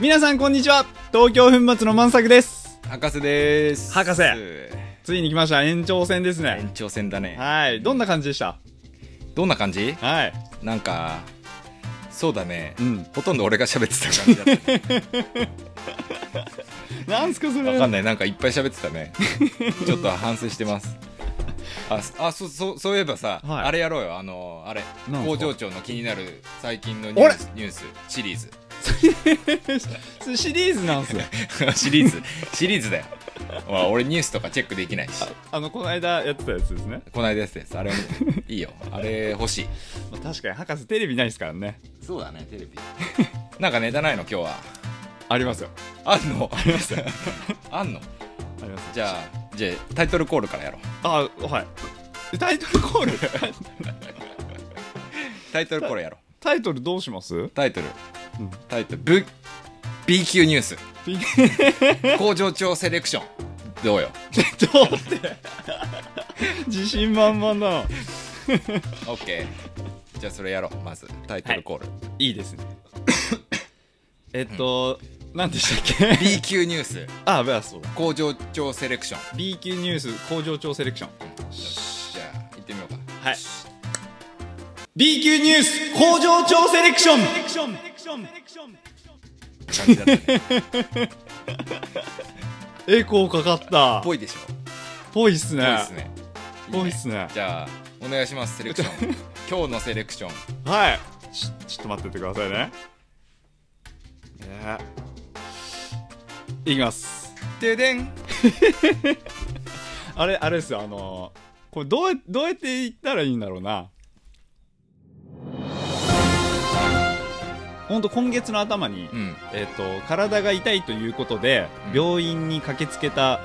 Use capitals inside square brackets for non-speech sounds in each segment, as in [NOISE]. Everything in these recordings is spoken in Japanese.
皆さんこんにちは東京粉末の満作です博士です博士ついに来ました延長戦ですね延長戦だねはいどんな感じでしたどんな感じはいなんかそうだね、うんほとんど俺が喋ってた感じだっなんすかそたれわかんないなんかいっぱい喋ってたねちょっと反省してますあそあそうそうそういえばさ、はいあれやろうよあのあれなんす工か場長の気になる最近のニュースニュースシリーズ [LAUGHS] シリーズなんすよシリーズシリーズだよ、まあ、俺ニュースとかチェックできないしあのこの間やってたやつですね、こないだやつですあれいいよあれ欲しいまあ、確かに博士テレビないですからねそうだねテレビ [LAUGHS] なんかネタないの今日はありますよあんのありますあんのありますじゃあじゃあタイトルコールからやろうあはいタイトルコール [LAUGHS] タイトルコールやろうタイトルどうしますタイトル、うんタイトルブ B 級ニュース工場長セレクションどうよちょっと待って自信満々だな OK じゃあそれやろうまずタイトルコール、いいですねえっと、何でした [LAUGHS] っけ B 級ニュースああそうだ工場長セレクション B 級ニュース工場長セレクションじゃあ行ってみようかはい B 級ニュース工場長セレクション感じだったねエコーかかったぽいで [LAUGHS] しょぽいっすぽいねっすねぽいっすねじゃあお願いしますセレクション今日のセレクションはいちちょっと待っててくださいねねいきますででんあれあれですよあのーこれどうやどうやって言ったらいいんだろうなほんと今月の頭に、うんえっと体が痛いということでうん病院に駆けつけた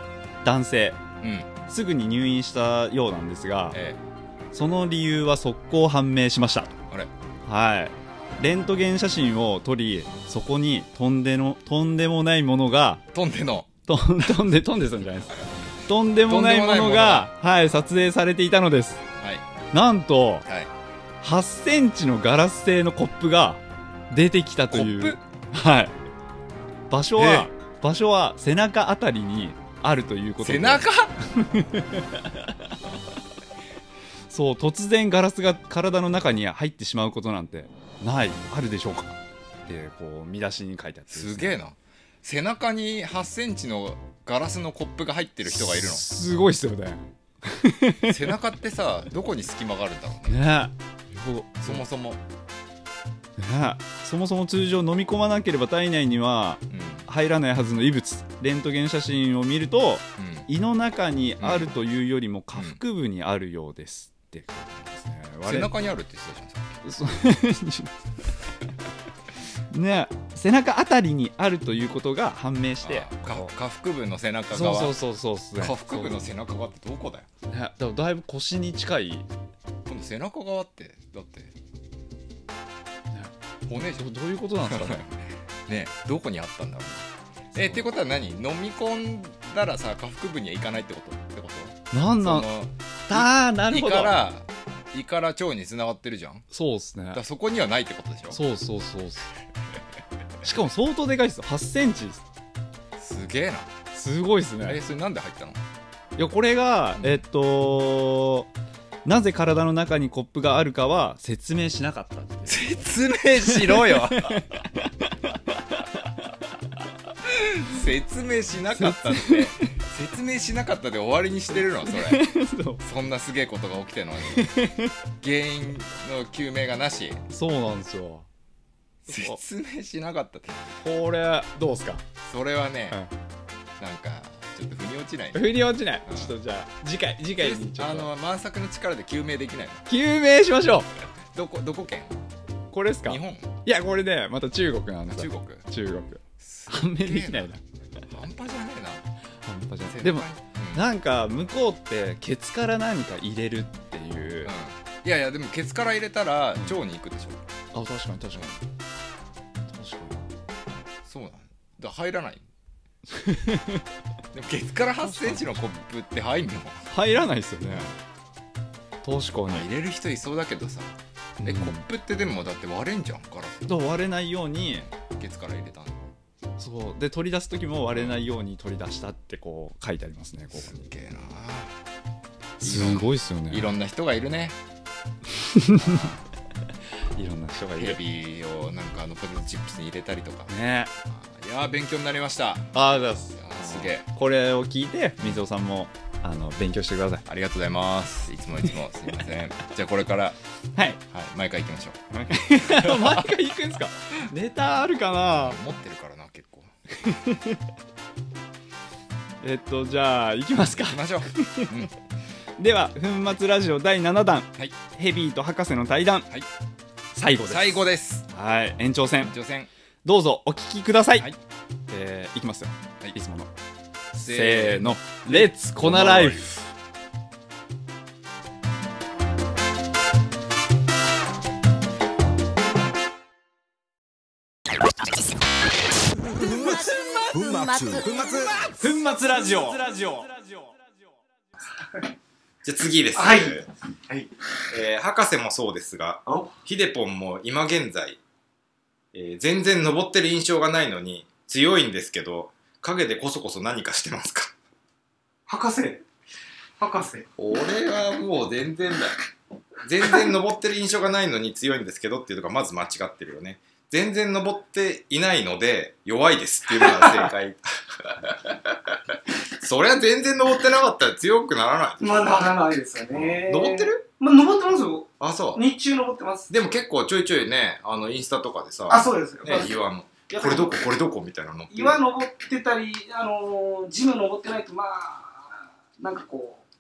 男性うんすぐに入院したようなんですがえその理由は速攻判明しましたー、あれはいレントゲン写真を撮りそこにとんでのとんでもないものが飛んでのとんとんでとんでたんじゃないですとんでもないもとんでもないもののががはい撮影されていたのですはいなんとはい8センチのガラス製のコップが出てきたとコいップうはい場所えは場所は背中あたりにあるということで背中そう突然ガラスが体の中に入ってしまうことなんてないあるでしょうかってこう見出しに書いてあってすげえっな背中に8センチのガラスのコップが入っててる人がいる [LAUGHS] すごいっすよねの背中ってさどこに隙間があるんだろうねねえよそもそも、ねえそもそも通常飲み込まなければ体内にはうん入らないはずの異物レントゲン写真を見るとうん、胃の中にあるというよりも下腹部にあるようですっていうことですね。背中にあるって言ってたじゃんさっそ [LAUGHS] ね背中あたりにあるということが判明きしてあーか下腹部の背中そう側そうそうそうっすね下腹部の背中側ってどこだよそうねだからだいぶ腰に近い、ね、今度背中側ってだって骨じゃどんどういうことなんですかねねどこにあったんだろうねえってことは何飲み込んだらさ下腹部には行かないってことってことなんなんそのだーなる胃ほどから胃から腸に繋がってるじゃんそうっすねだからそこにはないってことでしょそうそうそうっすしかも相当でかいっすよ8センチですすげえな、すごいっすねえそれなんで入ったのいやこれが、うんえっとなぜ体の中にコップがあるかは説明しなかったっていう説明しろよ説明しなかったって説明しなかったで終わりにしてるのそれそうそんなすげえことが起きてるのに原因の究明がなしそうなんですよ説明しなかったってこれどうですかそれはね、なんかちょっと腑に落ちないね振り落ちないうんちょっとじゃあ次回次回にちょあっとの満作の力で究明できないの究明しましょどこどこ県うこれですか日い本やこれねまた中国なんです中よ国中国すっげ判明できないなえ半端じゃねえな半端じゃ先な輩 [LAUGHS] いでもうんなんか向こうってケツから何か入れるっていう、あうんいやいやでもケツから入れたら腸に行くでしょ、確かに確かに確かにそうなんだから入らない [LAUGHS] でもケツから8センチのコップって入んの入らないですよね確かに入れる人いそうだけどさえうんコップってでもだって割れんじゃんガラスと割れないようにケツから入れたのそうで取り出す時も割れないように取り出したってこう書いてありますねこすこにっげえなすごいですよねいろんな人がいるねいろんな人がいテレるビをなんかあのポテトチップスに入れたりとかねいやー勉強になりましたあありがとうございますすげえこれを聞いて水尾さんもあの勉強してくださいありがとうございますいつもいつもすいませ [LAUGHS] んじゃあこれから、ははい [LAUGHS] い、毎回行きましょう毎回行くんですかネタあるかな持ってるからな結構えっとじゃあ行きますか行きま [LAUGHS] しょう、うん、では粉末ラジオ第7弾、はいヘビーと博士の対談、はい最後です最後ですはい延長戦女戦どうぞお聞きください、はいえーいきますよ、はいい、つものせせーーののレッツコナライフ粉末ラジオじゃあ次です。はいはいえー博士もそうですがお、ヒデポンも今現在、えー全然登ってる印象がないのに強いんですけど、影でこそこそ何かしてますか博士博士俺はもう全然だよ。全然登ってる印象がないのに強いんですけどっていうのがまず間違ってるよね。全然登っていないので弱いですっていうのが正解。そりゃ全然登ってなかったら強くならない。まあならないですよね登ってるまあ登ってますよあ、そう。日中登ってますでも結構ちょいちょいね、あのインスタとかでさ、あそうですよ、ね、岩の、これどこ、これどこみたいなの。岩登ってたりあのージム登ってないとまあなんかこう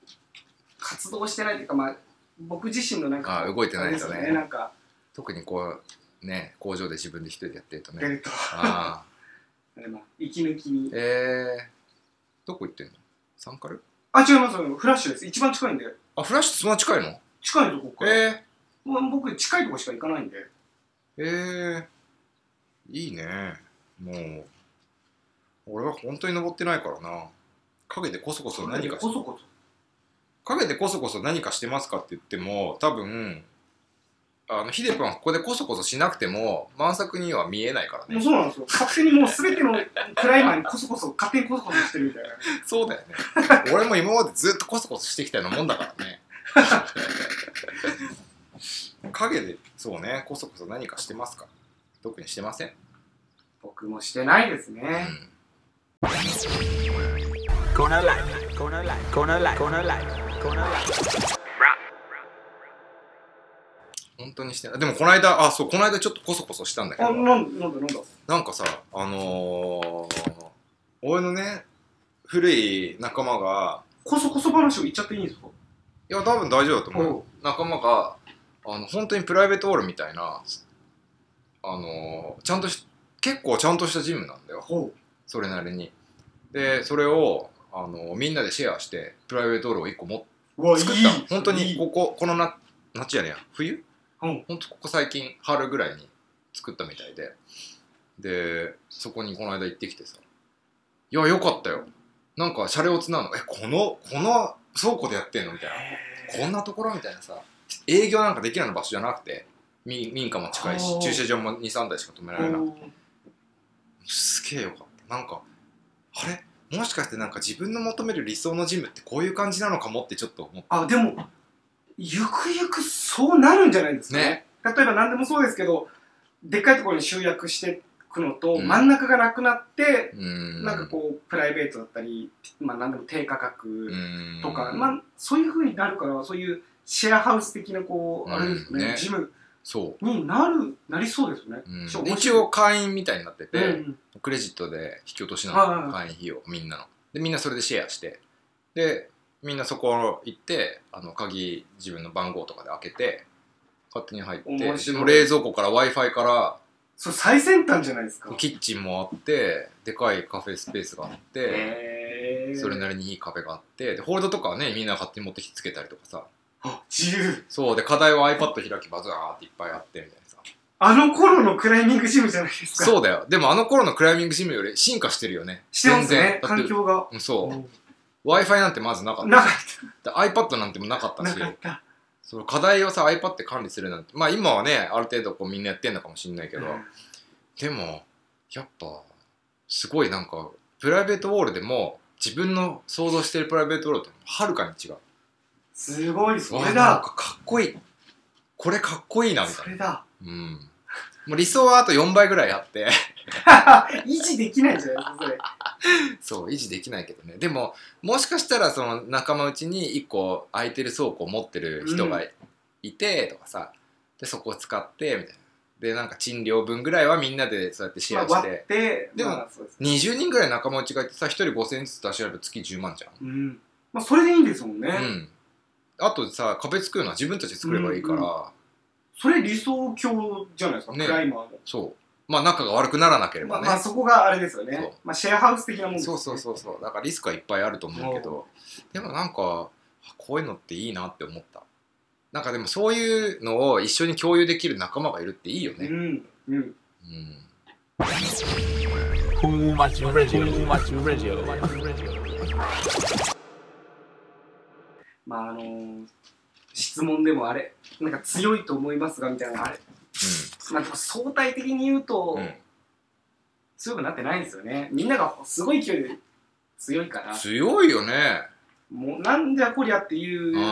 活動してないというかまあ僕自身のなんかあ動いてないとあれですよね。なんか特にこう、ね、工場で自分で一人でやってるとやね。るとああ。まあ息抜きにえー、どこ行ってんのサンカルあ違いますよフラッシュです一番近いんであ、フラッシュそんな近いの近いとこから、えもう僕近いとこしか行かないんでー、えー、いいね。もう、俺は本当に登ってないからな。陰でこそこそ何かしこそこそ陰でこそこそ何かしてますかって言っても多分あのヒデ君はここでこそこそしなくても満作には見えないからもうねそうなんですよ。勝手にもう全てのクライマーにこそこそ、勝手にこそこそしてるみたいな。そうだよね [LAUGHS] 俺も今までずっとこそこそしてきたようなもんだから [LAUGHS] ね陰でそうねこそこそ何かしてますか特にしてません、僕もしてないですうね。ん、 Corner life, corner life, corner life, corner life, corner life. 本当にしてないでもこの間あそうこの間ちょっとこそこそしたんだけあ、ど飲んだ、飲んだ、飲んだ。なんかさ、あのー、俺のね、古い仲間が、こそこそ話を言っちゃっていいんですかいや、多分大丈夫だと思うおうよ。仲間が、あの、本当にプライベートオールみたいな、あのー、ちゃんとし、結構ちゃんとしたジムなんだよ。ほそれなりに。で、それを、あのーみんなでシェアして、プライベートオールを1個持って、う。うわ、いい作ったの。本当に、ここ、このな、夏やねや、冬うん。ほんとここ最近春ぐらいに作ったみたいででそこにこの間行ってきてさ「いやよかったよ」なんかシャレオツなの「えこのこの倉庫でやってんの?」みたいな「こんなところ?」みたいなさ営業なんかできるような場所じゃなくて民民家も近いあーし駐車場も23台しか止められなくてこすげえよかったなんかあれもしかしてなんか自分の求める理想のジムってこういう感じなのかもってちょっと思っあ、でも、ゆくゆくそうなるんじゃないですたかね。ね例えば何でもそうですけど、でっかいところに集約していくのと、うん真ん中がなくなって、うんなんかこう、プライベートだったり、まあ何でも低価格。うんとか、まあ、そういうふうになるからそういうシェアハウス的なこう、うんあれですねねジムそうになるなりそうですよね、うんそうで一応会員みたいになってうて、ん、クレジットで引き落としなはいはいはの会員費用みんなのでみんなそれでシェアしてでみんなそこ行ってあの鍵自分の番号とかで開けて勝手に入って面白いでも冷蔵庫から w i f i かそう最先端じゃないですからキッチンもあってでかいカフェスペースがあって、へーそれなりにいいカフェがあってでホールドとかはねみんな勝手に持ってきてつけたりとかさあ自由そうで課題は iPad 開きばザーっていっぱいあってみたいなさあの頃のクライミングジムじゃないですかそうだよでもあの頃のクライミングジムより進化してるよねしてますね全然だって環境がうんそう、うん w i f i なんてまずなかっなかったで iPad なんてもなかったたなしかったその課題をさ iPad で管理するなんてまあ今はねある程度こうみんなやってんのかもしれないけど、うんでもやっぱすごいなんかプライベートウォールでも自分の想像してるプライベートウォールとはるかに違うすごい、そわなれんだ。かかっこいいこれかっこいいなみたそいなれだ。 [LAUGHS] うんもう理想はあと4倍ぐらいあって維持できないんじゃないですか、それ。そう維持できないけどねでももしかしたらその仲間内に1個空いてる倉庫を持ってる人がいてとかさ、でそこを使ってみたいなでなんか賃料分ぐらいはみんなでそうやってシまェあアし、割ってて、でもまあそうです。 20人ぐらい仲間内がいてさ1人5000円ずつ出し合えば月10万じゃんうん。まあ、それでいいんですもんね。うん、あとさ壁作るのは自分たちで作ればいいから、うんそれ理想郷じゃないですか、ねクライマーの。そうまあ仲が悪くならなけれまばあ、ね、まあ、そこがあれですよそうね。まあ、シェアハウス的なもんですそね。うそうそうそうだからリスクはいっぱいあると思うけどでもなんかあこういうのっていいなって思ったなんかでもそういうのを一緒に共有できる仲間がいるっていいよね、ん。うん。うん、 Who much radio? Who much radio? まあ、あのー質問でもあれ、なんか強いと思いますが、みたいな。あれ。まあ、でも相対的に言うと、うんうん強くなってないんですよね。みんながすごい勢いで強いから、強いよねもうなんじゃこりゃっていううんい、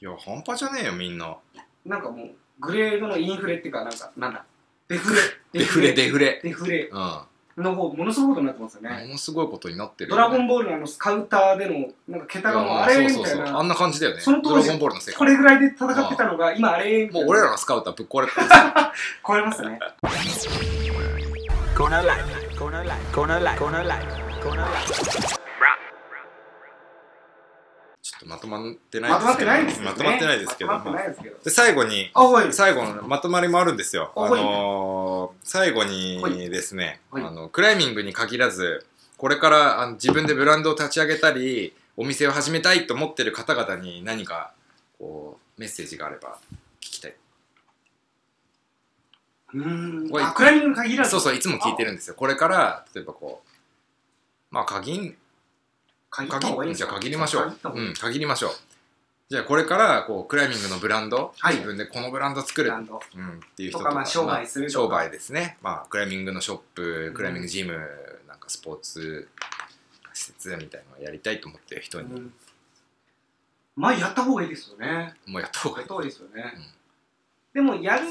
や半端じゃねえよみんななんかもう、グレードのインフレっていうか、なんか、なんだ、デフレ、デフレデフレデフレうんもの方、ものすごいことになってますよね。のすごいことになってるドよラね、ゴンボールのあのカウンターでのなんか桁がもうあいれやみそうそうたいそうあなんな感じだよねその当時ドラゴンボールの世界これぐらいで戦ってたのが今あれみたもいうな俺らのスカウターぶっ壊れてた超えますね Corner light. Corner light. Corner light. Corner light. Corner light. ちょっとまとまってないまとまってないですけどまねとまってないですけどまとまってないですけどで最後にあおい最後のまとまりもあるんですよ。あはいのー最後はにいですね、あはいのクライミングに限らずこれからあの自分でブランドを立ち上げたりお店を始めたいと思ってる方々に何かこうメッセージがあれば聞きたい。うーおいんあクライミングに限らずそうそういつも聞いてるんですよ。これから例えばこうまあ限ん限った方がいい限んじゃあ限りましょ限うった。方うがいいん限りましょう。じゃあこれからこうクライミングのブランド、はい自分でこのブランド作ブるランドうん、っていう人ととかかまあ商売する商とか売ですね、まあ、クライミングのショップクライミングジム、なんかスポーツ施設みたいなのをやりたいと思ってる人に、うんまあやった方がいいですよねもうやった方がやいっいた方がいいですよねうんでもやる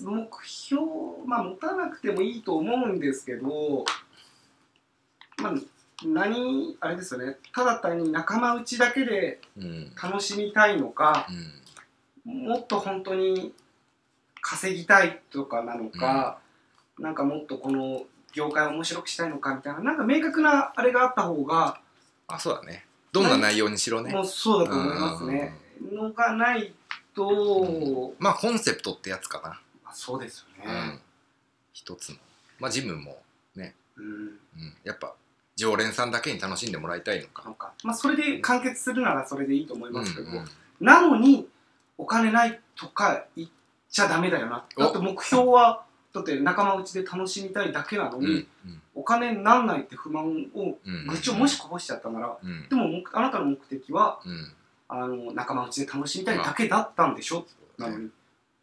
目標まあ持たなくてもいいと思うんですけどまあ何あれですよねただ単に仲間内だけでうんうん楽しみたいのかもっと本当に稼ぎたいとかなのか、なんかもっとこの業界を面白くしたいのかみたいななんか明確なあれがあった方が、あそうだねどんな内容にしろね、もうそうだと思いますね。のがないと、まあコンセプトってやつかまあそうですよな、うねん、一つのまあジムも、。うんうん、やっぱ常連さんだけに楽しんでもらいたいのなかんかまあ、それで完結するならそれでいいと思いますけど、うんうんなのにお金ないとか言っちゃダメだよなおだって目標はだって仲間内で楽しみたいだけなのうに、んうんお金になんないって不満をうん愚痴をもしこぼしちゃったなら、うんでも目あなたの目的はうんあの仲間内で楽しみたいだけだったんでしょ、まあなのに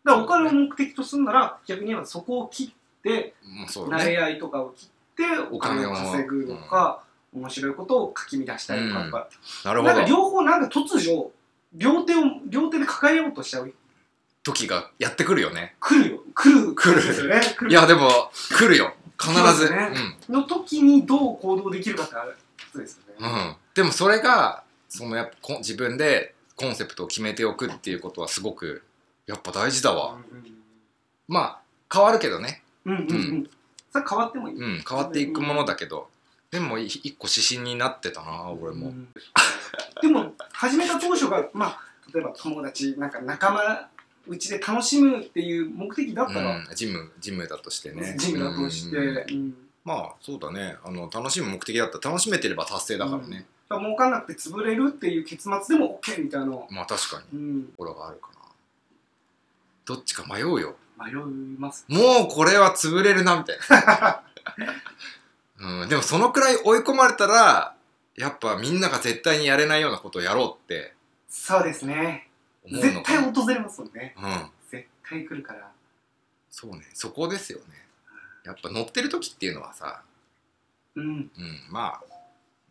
だからお金を目的とするなら逆に言えばそこを切ってもうそう慣だねれ合いとかを切っておお金金をを稼ぐのか、面白いことをかき乱したいのかとか、なるほなんかど両方なんか突如両手を両手で抱えようとしちゃう時がやってくるよね来るよ来る来るですよね来 [LAUGHS] るいやでも来るよ必ず、来ますうんねの時にどう行動できるかってあるそうですようね、ん、でもそれがそのやっぱこ自分でコンセプトを決めておくっていうことはすごくやっぱ大事だわ、まあ変わるけどね、うんうんうん、うんうんうん、さ変わってもいい、うん、変わっていくものだけどでもい一個指針になってたな俺も、うんでも始めた当初が、まあ、例えば友達なんか仲間うちで楽しむっていう目的だったら、うんジムジムだとしてねジムだとして、うんうんまあそうだねあの楽しむ目的だったら楽しめてれば達成だからね、だから儲かんなくて潰れるっていう結末でも OK みたいな、うまあ確かにん、オラがあるかなどっちか迷うよ迷いますもうこれは潰れるなみたい [LAUGHS] な、うん、でもそのくらい追い込まれたらやっぱみんなが絶対にやれないようなことをやろうってそうですね思うの絶かな対訪れますもんねうん絶対来るからそうねそこですよねやっぱ乗ってる時っていうのはさ、うんうん、まあ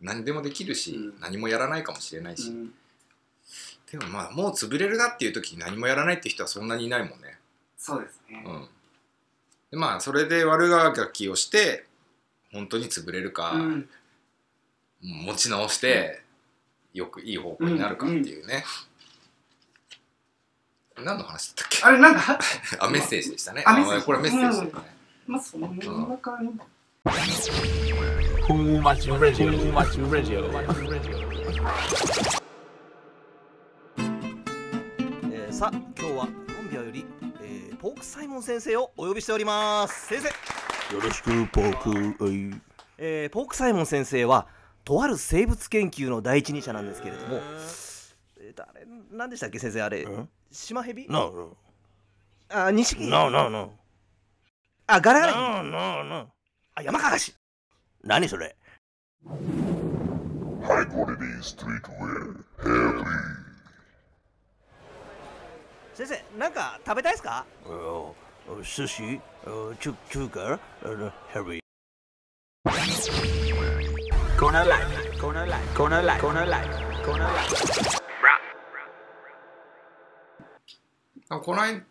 何でもできるし、うん何もやらないかもしれないうし、んでもまあもう潰れるなっていう時に何もやらないって人はそんなにいないもんね。そうですねうん、でまあそれで悪ガキをして本当に潰れるか、うん持ち直して、よくいい方向になるかっていうね、何の話だったっあれなんかけあメッセージでしたねあメッセージこれメッセージだよね、まあそんな感じ Too much radio. Too much radio. えーさあ今日はコンビアより、えーポークサイモン先生をお呼びしております先生よろしくポークはいえーポークサイモン先生はとある生物研究の第一人者なんですけれども、えーとあれ何でしたっけ先生あれんシマヘビなあなあ錦あなあなあなああガラガラなあなあなああ山かがし何それ先生なんか食べたいですかおお寿司お中中華あヘビ Corner light. Corner light. Corner light. Corner light. Corner light. あこの間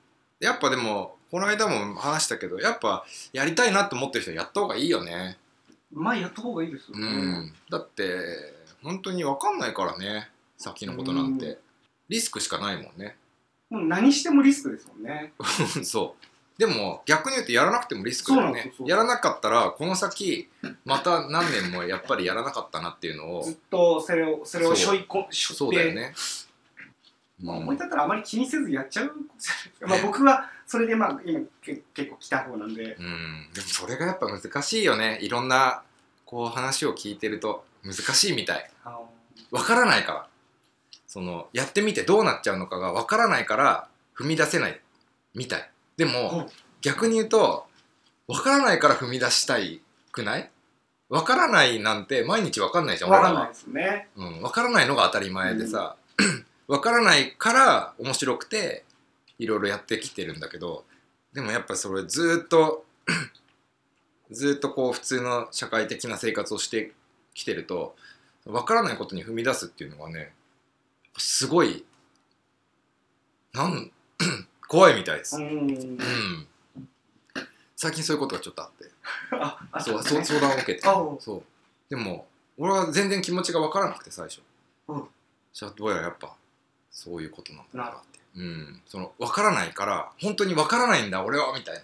やっぱでもこの間も話したけどやっぱやりたいなって思ってる人はやった方がいいよねまあやった方がいいですようん、ねだって本当に分かんないからね先のことなんて、うんリスクしかないもんねもう何してもリスクですもんねそうでも逆に言うとやらなくてもリスクだよそうなんでねすよやらなかったらこの先また何年もやっぱりやらなかったなっていうのをずっとそれをそれをしそょういこしょってそうだよね。まあ、思い立ったらあまり気にせずやっちゃうことじゃないですか、まあ、僕はそれでまあ今け結構来た方なんでうん、でもそれがやっぱ難しいよね。いろんなこう話を聞いてると難しいみたい。あのわからないから。そのやってみてどうなっちゃうのかがわからないから踏み出せないみたい。でうんも逆に言うとわからないから踏み出したいくない？わからないなんて毎日わかんないじゃん。わかん俺らなはいですねうん、分からないのが当たり前でさ、 [CLEARS THROAT] 分からないから面白くていろいろやってきてるんだけどでもやっぱそれずーっと [CLEARS THROAT] ずーっとこう普通の社会的な生活をしてきてると分からないことに踏み出すっていうのがねすごいなん [CLEARS THROAT] 怖いみたいです、ううんん最近そういうことがちょっとあってああそうですそうね相談を受けてあうんそうでも俺は全然気持ちが分からなくて最初うんシャットボーイはやっぱそういうことなんだななるっほてうんその分からないから本当に分からないんだ俺はみたいな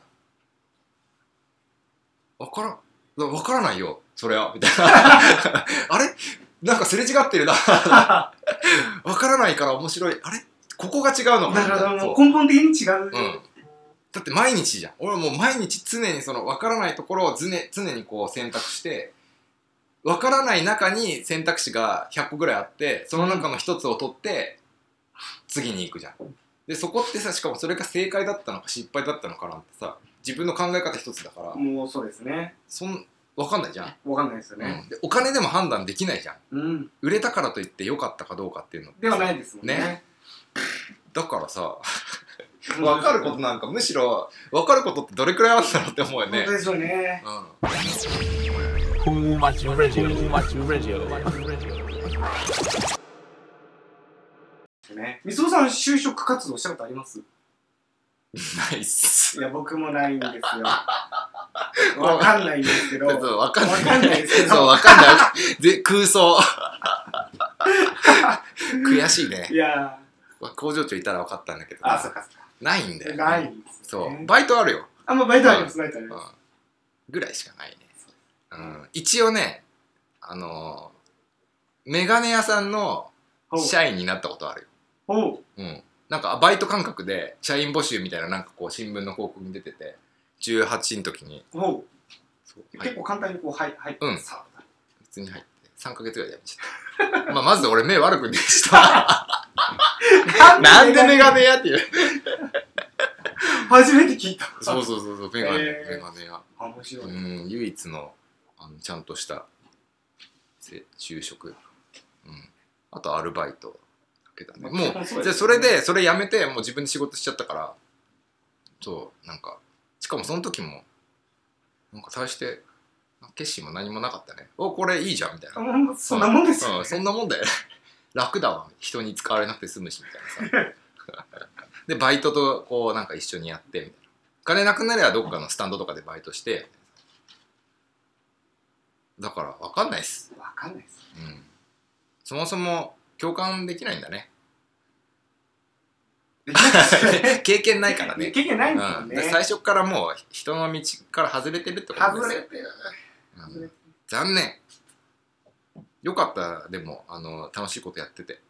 分から分からないよそれはみたい [LAUGHS] なあれなんかすれ違ってるな分からないから面白いあれここが違うのかだからそもうう根本的に違う、うんだって毎日じゃん俺はもう毎日常にその分からないところを常常にこう選択して分からない中に選択肢が100個ぐらいあってその中の一つを取って次に行くじゃんでそこってさしかもそれが正解だったのか失敗だったのかなんてさ自分の考え方一つだからもうそうですねそん分かんないじゃん、わかんないですようねんでお金でも判断できないじゃんうん、売れたからといって良かったかどうかっていうのではないですもんねねだからさうん分かることなんかむしろ分かることってどれくらいあるんだろうって思うよね本当ですよねうん Too much radio. Too much radio. ねみそさん就職活動したことありますないっすいや僕もないんですよ [LAUGHS] わかんないんですけち [LAUGHS] どょっとわかんないわかんないですけどそうわかんないで空想悔しいねいや工場長いたら分かったんだけどーあそうかそうないんだよね、かないんです、ね、そうバイトあるよ、あんまバイトありますバイトありうんます、、ぐらいしかないね、うん、一応ねあのーメガネ屋さんのほう社員になったことあるよほううん、なんかあバイト感覚で社員募集みたいななんかこう新聞の広告に出てて18の時にほうそう、はい結構簡単にこう、はい、はい、うんさあ普通に入って3ヶ月ぐらいで辞めちゃったまあまず俺目悪くでしたなんでメガネ屋っていう初めて聞いた。そうそうそうそうメガネ、へーメガネ屋あ、面白い。うん唯一のあのちゃんとしたせ就職うんあとアルバイトだけだねもまあうそうですねでそれでそれ辞めてもう自分で仕事しちゃったからそうなんかしかもその時もなんか大して決心も何もなかったねおこれいいじゃんみたいなもうそんなもんですうよ、ん、そんなもんだよね [LAUGHS] 楽だわ人に使われなくて済むしみたいなさ [LAUGHS] でバイトとこうなんか一緒にやってみたいな金なくなりゃどっかのスタンドとかでバイトしてだから分かんないっす、わかんないです。うん、そもそも共感できないんだねできないですよね [LAUGHS] 経験ないからね経験ないんですようん、ね。で最初からもう人の道から外れてるってことですよ外れてる。うん残念よかったでもあの楽しいことやってて、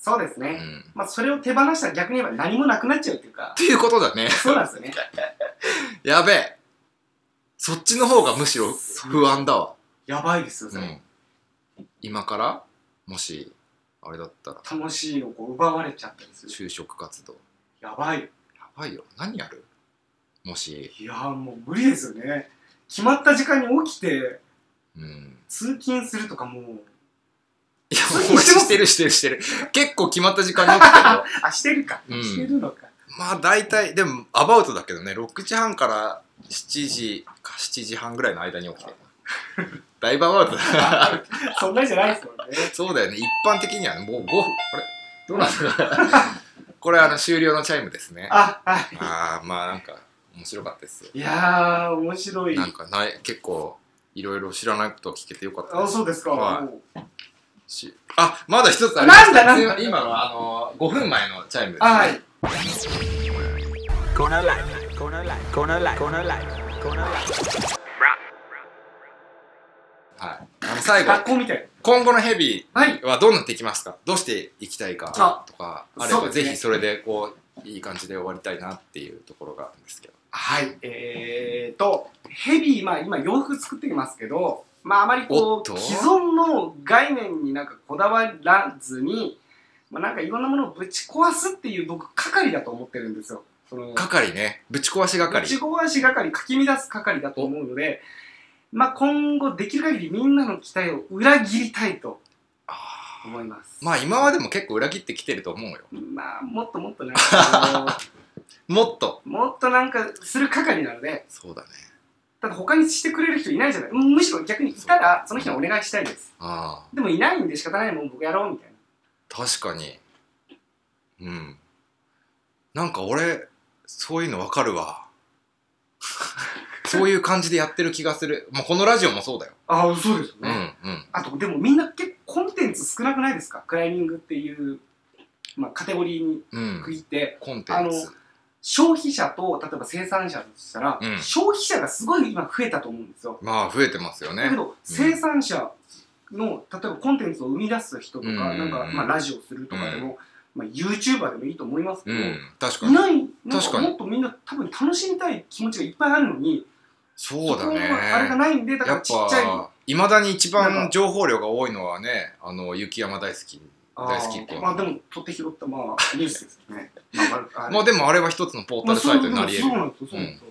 そうですうね。ん、まあ、それを手放したら逆に言えば何もなくなっちゃうっていうかっ、ていうことだね [LAUGHS] そうなんですよね。やべえそっちの方がむしろ不安だわ、やばいですよ、それ。うん今からもしあれだったら楽しいのをこう奪われちゃったりする。就職活動やばい。やばいよ何やるもし、いやーもう無理ですよね。決まった時間に起きて、うん、通勤するとかもう、いやもうしてるしてるしてる結構決まった時間に起きてるよあ、してるか。うんしてるのか。まあ大体でもアバウトだけどね6時半から7時か7時半ぐらいの間に起きて [LAUGHS] るだいぶアバウトだ [LAUGHS] そんなじゃないですもんね。そうだよね一般的にはねもう5分あれどうなんです [LAUGHS] かこれあの終了のチャイムですねあ、はい。ああまあなんか面白かったですよいやー、面白い。なんかない結構いろいろ知らないことを聞けてよかったあ、ですそうですか。はいもうしあまだ一つありましたなんだなすんだいませ今のあの5分前のチャイムですね、はい。 Corner Light, Corner Light, Corner Light, Corner Light, Corner Light. はいあの最後学校みたい。今後のヘビはい。ーはどうなっていきますかどうしていきたいかあとかあそうれば、ですぜねひそれでこういい感じで終わりたいなっていうところがあるんですけどはい、えーと、ヘビー、まあ今洋服作ってますけど、まああまりおっことう、既存の概念になんかこだわらずに、まあなんかいろんなものをぶち壊すっていう僕、係だと思ってるんですよ。その係ねぶち壊し係ぶち壊し係、かき乱す係だと思うので、まあ今後できる限りみんなの期待を裏切りたいと思います。まあ今までも結構裏切ってきてると思うよまあもっともっとなんかあもっとの、 [LAUGHS] もっとなんかする係なので、そうだねただ他にしてくれる人いないじゃないむしろ逆にいたらその人にお願いしたいですああでもいないんで仕方ないもん僕やろうみたいな確かにうんなんか俺そういうのわかる [LAUGHS] わそういう感じでやってる気がするもうこのラジオもそうだよ、ああそうですようんうんあとでもみんな結構コンテンツ少なくないですかクライミングっていう、まあ、カテゴリーにうん区切ってコンテンツ消費者と例えば生産者としたら、うん消費者がすごい今増えたと思うんですよまあ増えてますよねだけど生産者の例えばコンテンツを生み出す人とか,、うんなんかまあ、ラジオするとかでも、まあ、YouTuber でもいいと思いますけうど、ん確かいにないなん確かかにもっとみんな多分楽しみたい気持ちがいっぱいあるのにそうだこねのあれがないんでだかやらっちっちゃいぱいまだに一な番んか情報量が多いのはねあの雪山大好き大好きっ子あーまあでも取って拾ったまあニュースです [LAUGHS] よねまあまああれまあでもあれは一つのポータルサイトになり得まあそうるなんですよそうなんですよ、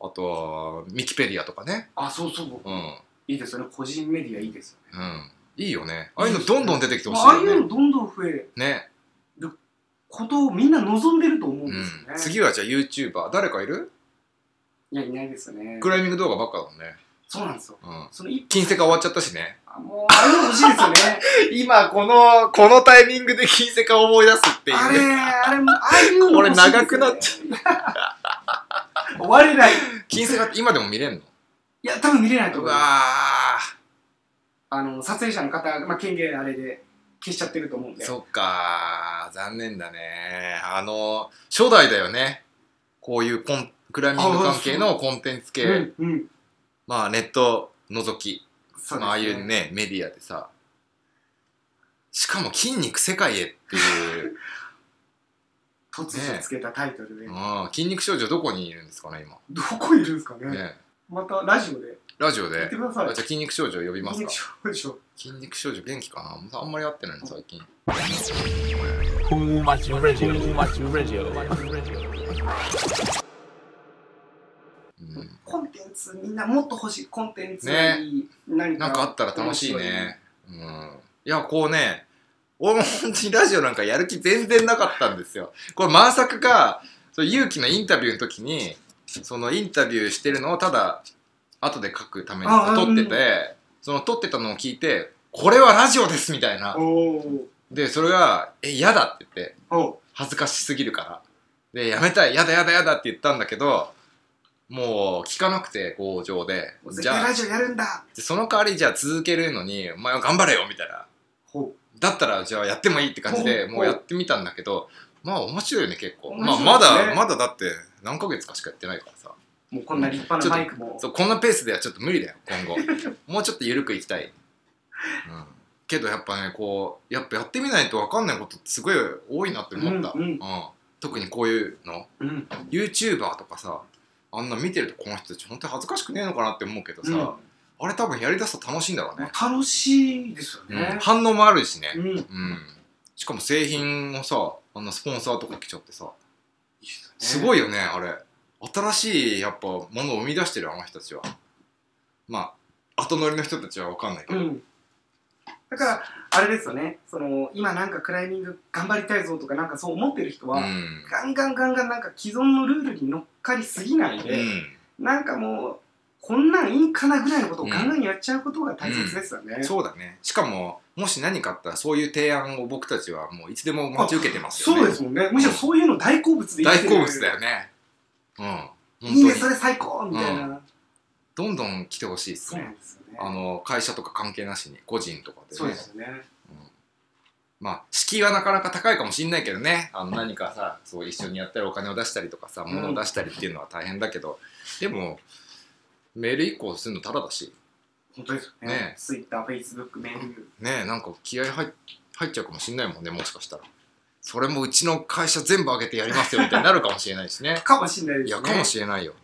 あとはミキペディアとかねあそうそううんいいですよね個人メディアいいですよねうんいいよね。ああいうのどんどん出てきてほましいあああいようね。のどんどん増えるね。ことをみんな望んでると思うんうでんすよね、、次はじゃあ YouTuber。誰かいるいやいないですよねクライミング動画ばっかだもんね。そうなんですようん。その一金世化終わっちゃったし [LAUGHS] ね。あもうあれ欲しいですよね今この、このタイミングで金世化を思い出すってあれあれもああいうの欲しいでこれ長すよねくなっちゃう [LAUGHS] 終われない金世化って今でも見れんのいや多分見れないとう思いますわあの撮影者の方、まあ、権限あれで消しちゃってると思うんー。でそっかー。残念だね。あの、初代だよね。こういうコン、クライミング関係のコンテンツ系。うんうんまあネット覗き。そうですねまあああいうねメディアでさしかも「筋肉世界へ」って [LAUGHS] いう、突如つけたタイトルで、うん、筋肉少女どこにいるんですかねどこいるんですかね今ねまたラジオでラジオ言っでてくだあさいじゃあ筋肉少女呼びます筋か肉少女筋肉少女元気かなまたあんまり会ってないの最近 Who much radio? Who much radio? うんコンテンツみんなもっと欲しいコンテンツねに何なんかあったら楽しいねうんいやこうね俺も本当にラジオなんかやる気全然なかったんですよこれ満作がその勇気のインタビューの時にそのインタビューしてるのをただ後で書くためにああ撮っててその撮ってたのを聞いて「これはラジオです」みたいなおーでそれが「え嫌だ」って言っておう恥ずかしすぎるからでやめたいやだやだやだって言ったんだけどもう聞かなくて強情で絶じゃ対あラジオやるんだその代わりじゃあ続けるのにお前は頑張れよみたいなほだったらじゃあやってもいいって感じでほうもうやってみたんだけどまあ面白いよね結構、面まあ白いまですねだまだだって何ヶ月かしかやってないからさうもうこんな立派なマイクもそうこんなペースではちょっと無理だよ今 [LAUGHS] 後もうちょっと緩くいきたい、うん、けどやっぱねこうやっぱやってみないと分かんないことってすごい多いなって思った、うんうん特にこういうのうん YouTuber とかさあんな見てるとこの人たち本当に恥ずかしくねえのかなって思うけどさ、うんあれ多分やりだすと楽しいんだろうね、楽しいですようんね反応もあるしね、うんいいですうん、しかも製品もさあんなスポンサーとか来ちゃってさよねすごいよねあれ新しいやっぱものを生み出してるあの人たちはまあ後乗りの人たちは分かんないけうど、ん、だからあれですよねその今なんかクライミング頑張りたいぞとかなんかそう思ってる人は、うんガンガンガンガンなんか既存のルールに乗っかりすぎないで、なんかもうこんなんいいんかなぐらいのことをガンガンやっちゃうことが大切ですよね、うんそうだねしかももし何かあったらそういう提案を僕たちはもういつでも待ち受けてますよねそうですもんねむしろそういうの大好物で生き大てる好物だよねうん本当いいにねそれ最高みたいな、うどんどん来てほしいですそうなねんですよねあの会社とか関係なしに個人とかでねそうですよねまあ、敷居はなかなか高いかもしんないけどねあの何かさそう一緒にやったりお金を出したりとかさん物を出したりっていうのは大変だけど、でもメール一個するのタダだし本当ですよねねツイッターフェイスブックメールねえなんか気合入っ入っちゃうかもしんないもんねもしかしたらそれもうちの会社全部上げてやりますよみたいになるかもしれない [LAUGHS] しねかもしれないでいすねやかもしれないよ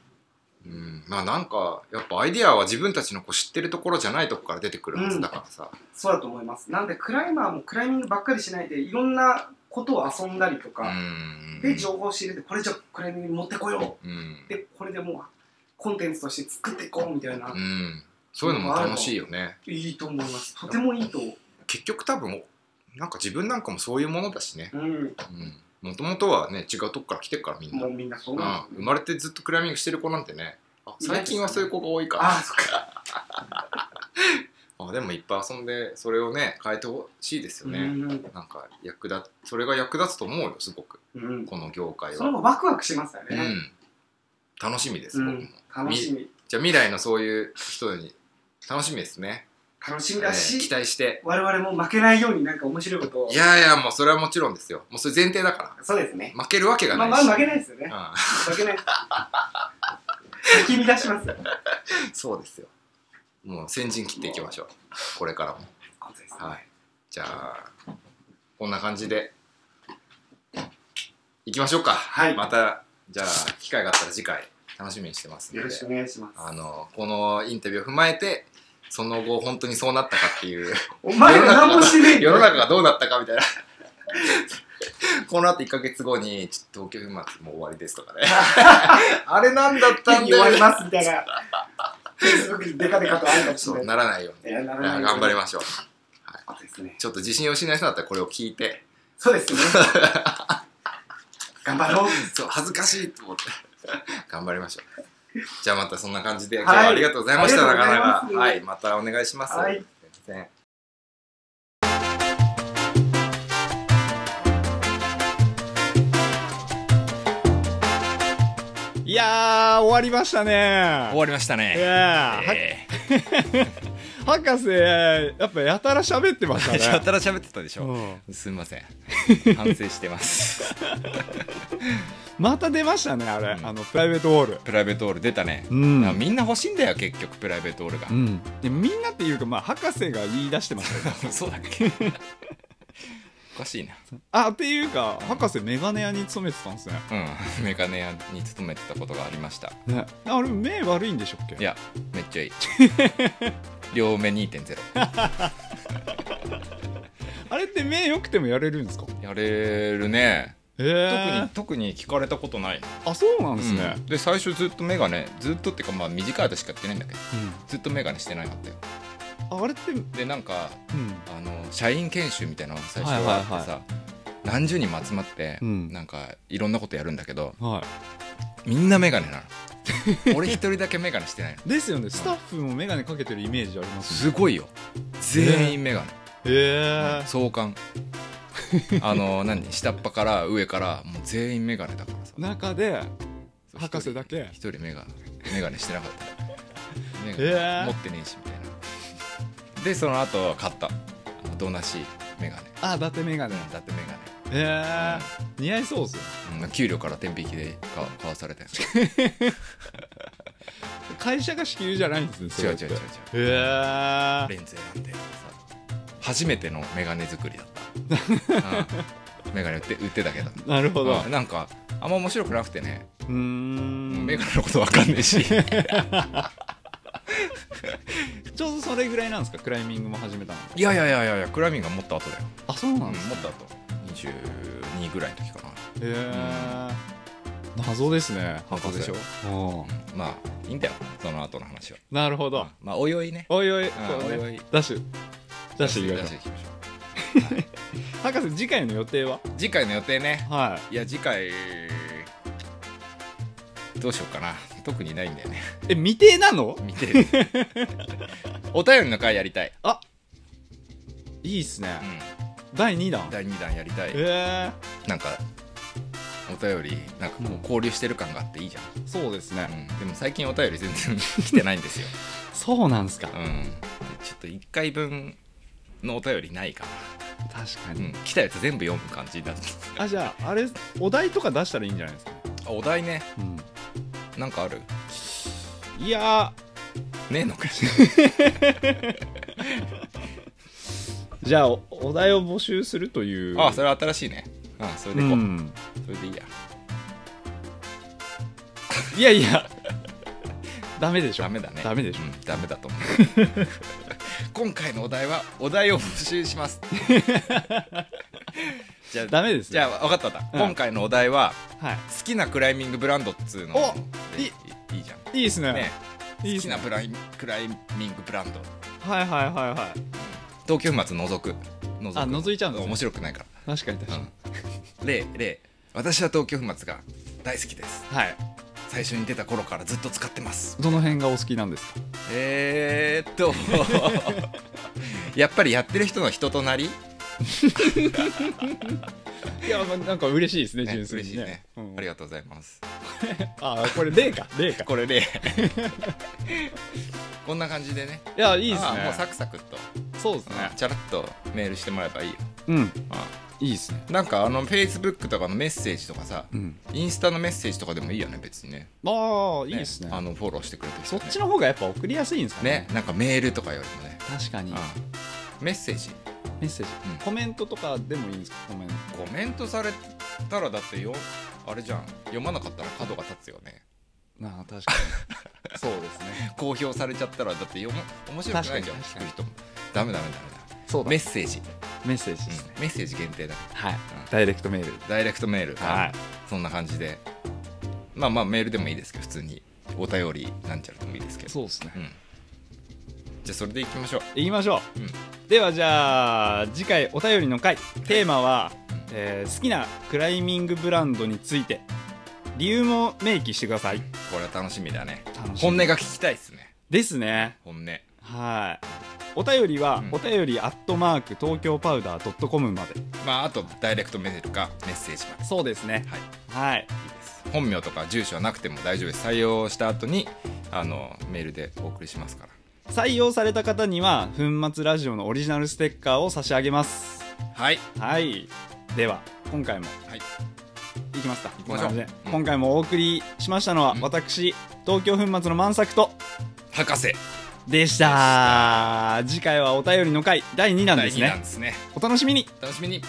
うんまあなんかやっぱアイディアは自分たちのこう知ってるところじゃないとこから出てくるはずだからさ、そうだと思いますなんでクライマーもクライミングばっかりしないでいろんなことを遊んだりとうか、んで情報を仕入れてこれじゃクライミングに持ってこようんうでこれでもうコンテンツとして作っていこうみたいな、うんそういうのも楽しいよね、いいと思いますとてもいいと思結局多分なんか自分なんかもそういうものだしねう、うん、もともとはね違うとこから来てるからみんな、もう、うんみんなそうなんです生ね、まれてずっとクライミングしてる子なんてねあ最近はそういう子が多いからああそっか [LAUGHS] あでもいっぱい遊んでそれをね変えてほしいですよね、うんなんか役立それが役立つと思うよすごくうんこの業界そのは、方がワクワクしますようね、ん、楽しみです、うん僕も楽しみじゃあ未来のそういう人に楽しみですね、楽しみだえし、ー期待して我々も負けないようになんか面白いことをいやいやもうそれはもちろんですよもうそれ前提だかそうですねら負けるわけがまなあいまあし、負けないですようねん [LAUGHS] 負けない引き乱しますよ [LAUGHS] そうですよ。もう先陣切っていきましょう。これからも。本当ですねはい。じゃあ、こんな感じで、いきましょうか。はいまた、じゃあ、機会があったら次回、楽しみにしてますよのろでし、くお願いしますあの、このインタビューを踏まえて、その後、本当にそうなったかっていう、 [LAUGHS] お前ら何もしてねえ世の中がどうなったかみたいな。 [LAUGHS] この後1ヶ月後に、ちょっと東京粉末もう終わりですとかね。 [LAUGHS] あれなんだった [LAUGHS] ん終わだりよ。ますみたいな Facebook にデカデカとあるかもしそれう、ないならないように。いやならない頑張りましょう。そうですねちょっと自信を失いそうだったらこれを聞いて、そ [LAUGHS] うですね頑張ろうそう、恥ずかしいと思って、 [LAUGHS] 頑張りましょう。じゃあまたそんな感じで、はい今日はありがとうございました、ありながとうございますかなか。はい、またお願いします。はいすいません。いやー終わりましたね終わりましたねいやーはえー博士やっぱやたら喋ってましたやねたら喋ってた [LAUGHS] でしょ、うんすみません反省して [LAUGHS] ますまた出ましたねあれ、うんあのプライベートウォールプライベートオール出たねう、なんかん、みんな欲しいんだよ結局プライベートオールがう、ん、でみんなっていうかまあ博士が言い出してましたよそうだっけ [LAUGHS] おかしいなあっていうか博士メガネ屋に勤めてたんですねうんメガネ屋に勤めてたことがありましたねあれ目悪いんでしょっけいやめっち [LAUGHS] ゃいい両目2.0あれって目良くてもやれるんですかやれるねえ特ーに、特に聞かれたことないあそうなんですねうん、で最初ずっとメガネずっとっていうかまあ短い間しかやってないんだけどずっとメガネしてなかったよああれって、うん、でなんかあの社員研修みたいなのが最初はいはいはあはっいてさ、何十人も集まって、うんなんかいろんなことやるんだけどはいみんなメガネな [LAUGHS] 俺一人だけメガネしてないのですよねスタッフも眼鏡かけてるイメージありますすごいよ全員メガネへえ相関あの何下っ端から上からもう全員メガネだからさ中でそう博士一人だけ一人メガメガネしてなかったメえガーネ持ってねえしみたいなでその後買ったドなしメガネあ伊達眼鏡だってメへえ似合いそうっすよガネうん給料から天引きでか買わさ [LAUGHS] れたよ会社が支給じゃないんですねそれ違うって違う違う違へうえレンズ選んでさ初めてのメガネ作りだった、うん、メガネ売って売ってたけどなるほどうんなんかあんま面白くなくてねうーんメガネのことわかんねえしちょうどそれぐらいなんですかクライミングも始めたのいやいやいやいやいやクライミングはもっと後だよ、あそうう、なもんんでっすかと後22ぐらいの時かなへえ謎ですね謎でしょょまあいいんだよその後の話はなるほどまあおいおいねおいおいあそうねおいおいダッシュダッシュいきま出ししてょいきましょう博士次回の予定はう次回の予定ねはいや次回どうしようかな特にないんだよね [LAUGHS] いえ未定なの見てるお便りの回やりたい、いいっすねう第2弾ん、第2弾やりたいええなんかお便りなんかこううん交流してる感があっていいじゃん、そうですねうんでも最近お便り全然 [LAUGHS] 来てないんですよ、そうなんですかうん、でちょっと1回分のお便りないか確かな、うにん、来たやつ全部読む感じになってあじゃああれお題とか出したらいいんじゃないですかあお題ねうんなんかあるいやねえのかしらーじゃあおお題を募集するというあそれは新しいねあそれでういこう、んそれでいいやいやいや [LAUGHS] ダメでしょダメだねダメでしょうんダメだと思う [LAUGHS] 今回のお題はお題を募集しますじゃあダメですじよゃあ分かった分かった、うん今回のお題はは好きなクライミングブランドっつうのおでいいいいじゃんいいいですねねいい好きっすなねブライクライミングブランドはいはいはいはい東京粉末覗く覗くあ覗いちゃうんですね面白くないか確かに確らかうに、ん例例私は東京粉末が大好きですはい最初に出た頃からずっと使ってますどの辺がお好きなんですかえー、っ [LAUGHS] とやっぱりやってる人の人となりいやまあなんか嬉しいですね純粋嬉しにいねね、うんありがとうございますあこれ例 [LAUGHS] か例かこれでこんな感じでねいやいいいですもうねサクサクっとそうですねチャラッとメールしてもらえばいいようんあいいですねなんかあのフェイスブックとかのメッセージとかさ、うんインスタのメッセージとかでもいいよね別にねああいいですねあのフォローしてくれてる人そっねちの方がやっぱ送りやすいんですかねねなんかメールとかよりもね、確かにあメッセージメッセージ、うんコメントとかでもいいんですかコメントコメントされたらだってよあれじゃん読まなかったら角が立つよねなあ確か [LAUGHS] にそうですね公表されちゃったらだって読む面白くないじゃん確聞かにく人もダメダメダメダそうだメメメッセージ、ッセージうんですね、メッセージ限定だねはいダイレクトメールダイレクトメール、はいそんな感じでまあまあメールでもいいですけど普通にお便りなんちゃらでもいいですけどそうですねうん、じゃあそれでいきましょう行きましょう、ではじゃあ次回お便りの回テーマは、えー好きなクライミングブランドについて理由も明記してくださいこれは楽しみだね楽しみ本音が聞きたいですねですね本音はいお便りは、うんお便りアットマーク東京パウダー .com までまああとダイレクトメールかメッセージまでそうですねはいはいいいです本名とか住所はなくても大丈夫です採用した後にあのメールでお送りしますから採用された方には粉末ラジオのオリジナルステッカーを差し上げますはいはいでは今回もはいいきますか行きましょうこんな感じでうん今回もお送りしましたのは、うん私東京粉末の満作と博士でした次回はお便りの回第2弾第です2ね弾ですねお楽しみに楽しみに